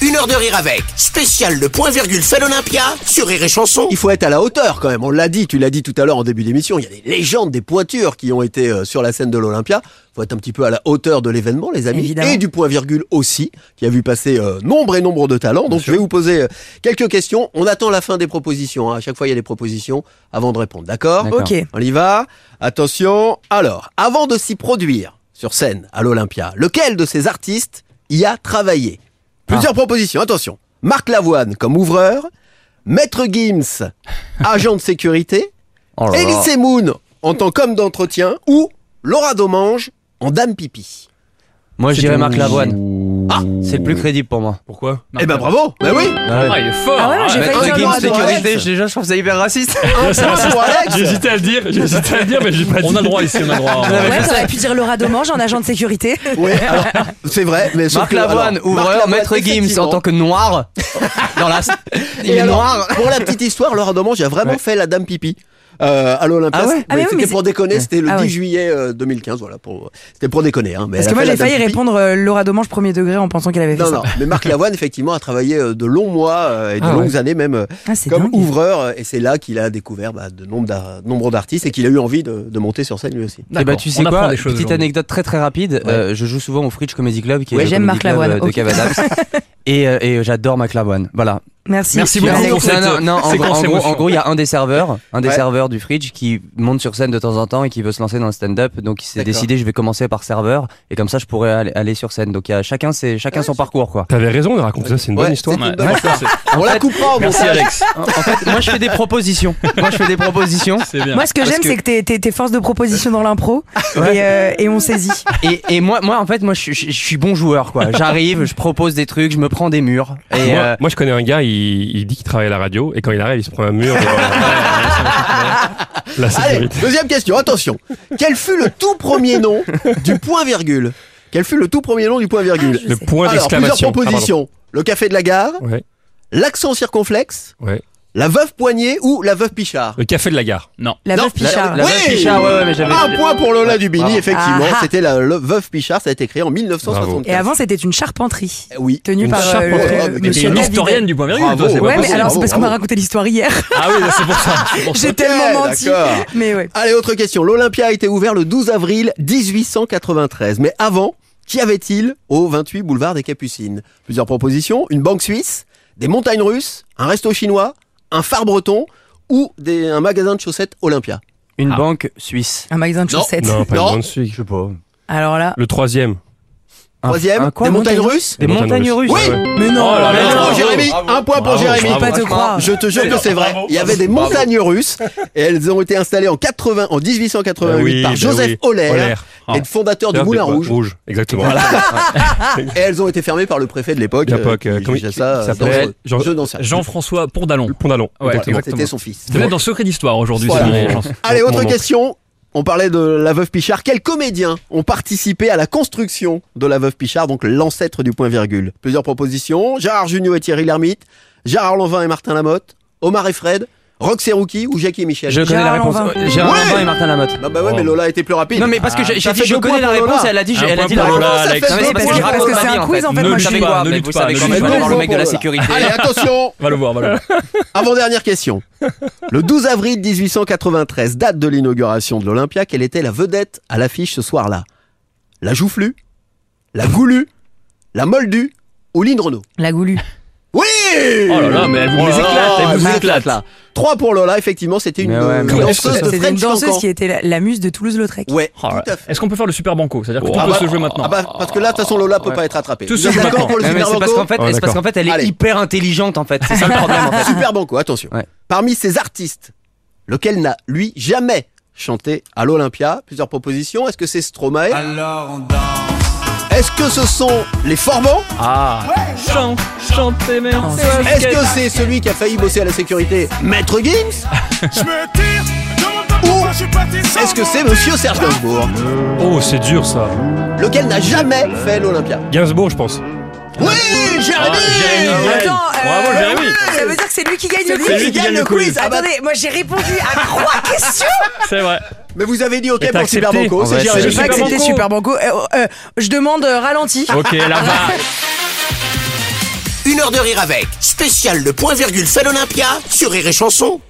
Une heure de rire avec, spécial le point virgule fait l'Olympia sur Rire et Chanson. Il faut être à la hauteur quand même. On l'a dit, tu l'as dit tout à l'heure en début d'émission. Il y a des légendes, des pointures qui ont été euh, sur la scène de l'Olympia. Faut être un petit peu à la hauteur de l'événement, les amis, Évidemment. et du point virgule aussi, qui a vu passer euh, nombre et nombre de talents. Donc je vais vous poser euh, quelques questions. On attend la fin des propositions. hein. À chaque fois, il y a des propositions avant de répondre. D'accord D'accord. Ok. On y va. Attention. Alors, avant de s'y produire sur scène à l'Olympia, lequel de ces artistes y a travaillé Ah. Plusieurs propositions, attention. Marc Lavoine comme ouvreur, Maître Gims, agent de sécurité, Oh là là. Elise Moon en tant qu'homme d'entretien ou Laura Domange en dame pipi. Moi, je dirais Marc Lavoine. Ah, C'est le plus crédible pour moi. Pourquoi eh ben bravo, ben oui, Ah, il est fort Ah ouais, moi, j'ai Maître failli dire Gims, Laura c'est Domange. Alex. déjà, je trouve ça hyper raciste. un point pour Alex. J'hésitais à le dire, j'hésitais à le dire, mais j'ai pas dit. On a le droit ici, on a le droit. Ouais, t'aurais pu dire Laura Domange en agent de sécurité. Ouais, alors, c'est vrai, mais sauf Marc que- Lavoine, alors, Marc ouvreur, Lavoine, maître Gims effectivement. en tant que noir. Dans la... Il Et est alors, noir. Pour la petite histoire, Laura Domange a vraiment fait la dame pipi. euh, à l'Olympia, Ah ouais C'était- Ah mais oui, c'était mais pour déconner, c'était le Ah 10 ouais. juillet euh, 2015, voilà, pour... c'était pour déconner. Hein, mais Parce elle que a moi fait la j'ai failli dame pipi. répondre euh, Laura Domange premier degré en pensant qu'elle avait fait Non, ça. non, mais Marc Lavoine, effectivement, a travaillé euh, de longs mois euh, et de Ah longues années même euh, Ah, c'est comme dingue. ouvreur, euh, et c'est là qu'il a découvert bah, de nombre d'ar- nombre d'artistes et qu'il a eu envie de, de monter sur scène lui aussi. Eh ben, tu sais on apprend quoi des choses Petite aujourd'hui. anecdote très très rapide. euh, je joue souvent au Fridge Comedy Club, qui Ouais, est le j'aime comedy Marc club, Lavoine, euh, de ok. Kev Adams. et euh, et j'adore Marc Lavoine. Voilà. Merci. Je Merci suis beaucoup allée- pour Non, cette, non, non, en, euh, gros, séquence en gros- émotion. en gros, il y a un des serveurs, un des Ouais. serveurs du fridge qui monte sur scène de temps en temps et qui veut se lancer dans le stand-up. Donc il s'est D'accord. décidé, je vais commencer par serveur et comme ça, je pourrais aller, aller sur scène. Donc il y a chacun, ses, chacun son parcours, quoi. T'avais raison de raconter ça, c'est une Ouais, bonne histoire. c'est une bonne histoire. On la coupe pas en Merci montage. Alex, En en fait, moi, je fais des propositions. Moi, je fais des propositions c'est bien. Moi ce que Parce j'aime que- c'est que t'es- t'es t'es force de proposition dans l'impro et, euh, et on saisit. et, et moi, moi, en fait, moi, je, je- je suis bon joueur, quoi. J'arrive, je propose des trucs, je me prends des murs. Et moi, euh, moi, je connais un gars, il, il dit qu'il travaille à la radio, et quand il arrive, il se prend un mur. devant la- la Allez, sécurité. deuxième question, attention. Quel fut le tout premier nom du point virgule Quel fut le tout premier nom du point virgule je Le sais. point Alors, plusieurs d'exclamation. propositions. le café de la gare, Ah, pardon. ouais, l'accent circonflexe, ouais. la veuve poignée ou la veuve Pichard Le café de la gare. Non. La Non, veuve Pichard. la Oui veuve Pichard, ouais, ouais, mais j'avais. Un point pour Lola Dubini, bravo. effectivement. Ah, ah. C'était la le- veuve Pichard, ça a été créé en 1975. Et avant c'était une charpenterie Eh Oui. tenue Une par euh, charpenterie. le- Ah, le mais monsieur t'es une David. historienne du point virgule, toi, Bravo. c'est pas Ouais mais possible. alors c'est Bravo, parce qu'on m'a bravo. raconté l'histoire hier. Ah oui, c'est pour ça. J'ai tellement menti. d'accord. Mais ouais. Allez, autre question. L'Olympia a été ouvert le 12 avril 1893. Mais avant, qu'y avait-il au 28 boulevard des Capucines Plusieurs propositions. Une banque suisse, des montagnes russes, un resto chinois, un phare breton ou des- un magasin de chaussettes Olympia. Une Ah. banque suisse. Un magasin de Non, chaussettes. Non, pas Non. une bonne suite. sais pas. Alors là. Le troisième. Un- Troisième, un quoi, des montagnes montagne- russes. Des montagnes russes. Oui. Ouais, ouais. Mais non. Oh là là. Bravo, Bravo, Jérémy. un point pour Bravo, Jérémy. Je peux pas te Franchement, croire. Je te jure que c'est vrai. Il y avait des montagnes russes et elles ont été installées en 80, en 1888 Eh oui, par ben Joseph oui. Holler, Holler. Ah. et le fondateur du Moulin Rouge. Rouge, exactement. Et elles ont été fermées par le préfet de l'époque. De l'époque, euh, qui euh, comment- jugeait qui- ça qui euh, s'appelait dangereux. Jean- Je n'en sais rien. Jean-François Pondalon. Le Pondalon. Ouais, exactement. exactement. C'était son fils. Vous êtes dans Secret d'Histoire aujourd'hui, Voilà. c'est une vraie chance. Allez, Mon autre oncle. question. On parlait de la veuve Pichard. Quels comédiens ont participé à la construction de la veuve Pichard, donc l'ancêtre du point virgule Plusieurs propositions. Gérard Junior et Thierry Lhermitte, Gérard Lanvin et Martin Lamotte, Omar et Fred, Roxy Rookie ou Jackie et Michel. Je connais la Gérard réponse. Lanvin. Gérard Ouais. Lanvin et Martin Lamotte. Bah, bah ouais, mais Lola était plus rapide. Non mais parce que j'ai ça j'ai dit fait je deux connais points la pour réponse, Lola. elle a dit je- Un elle a point dit pour la Lola, réponse. Alex. Alex. Non, mais c'est parce que je raconte ma vie, en fait. Ne Moi, je lutte savais pas, quoi, ne mais lutte vous pas, savez ne quoi, lutte mais pas. je vais voir le mec de la Voilà. sécurité. Allez, attention Va le voir, va le voir. Avant-dernière question. Le 12 avril 1893, date de l'inauguration de l'Olympia, quelle était la vedette à l'affiche ce soir-là La Joufflue La Goulue La Moldue Ou Lynn Renault La goulue. Oui Oh là là, mais elle vous Oh là les éclate, là, elle vous vous éclate. éclate, là. 3 pour Lola, effectivement, c'était une Mais ouais, euh, mais danseuse de C'était une French danseuse Cancan. qui était la, la muse de Toulouse-Lautrec. Ouais, Ah Oh, tout à fait. Est-ce qu'on peut faire le super banco C'est-à-dire que Oh, tout Ah peut bah- se jouer maintenant. ah bah, parce que là, de toute façon, Lola peut pas être attrapée. Tout Vous se êtes joue d'accord maintenant. pour le Non, mais Super c'est parce Banco qu'en fait, Oh, c'est parce d'accord. qu'en fait, elle est Allez. hyper intelligente en fait. C'est ça le problème. en fait. Super Banco, attention. Ah, Ouais. Parmi ces artistes, lequel n'a, lui, jamais chanté à l'Olympia Plusieurs propositions. Est-ce que c'est Stromae Est-ce que ce sont les Forbans Ah Chante, chante tes mères. Ah, Est-ce que c'est celui qui a failli bosser à la sécurité, Maître Gims Je me tire dans le Ou est-ce que c'est Monsieur Serge Gainsbourg, Oh, c'est dur ça. lequel n'a jamais fait l'Olympia Gainsbourg, je pense. Oui, Jérémy Attends, euh, Ah Bravo, Jérémy. Ça veut dire que c'est lui qui gagne C'est lui le quiz. qui gagne le quiz. Ah bah- Attendez, moi j'ai répondu à trois questions. C'est vrai. Mais vous avez dit OK Et t'as pour accepté. Cyberbanco, En c'est vrai, Jérémy. J'ai pas Super accepté banco. Super Banco. Euh, euh, je demande euh, ralenti. Ok, là-bas. Une heure de rire avec. Spécial le point virgule fait l'Olympia sur Rire et Chanson.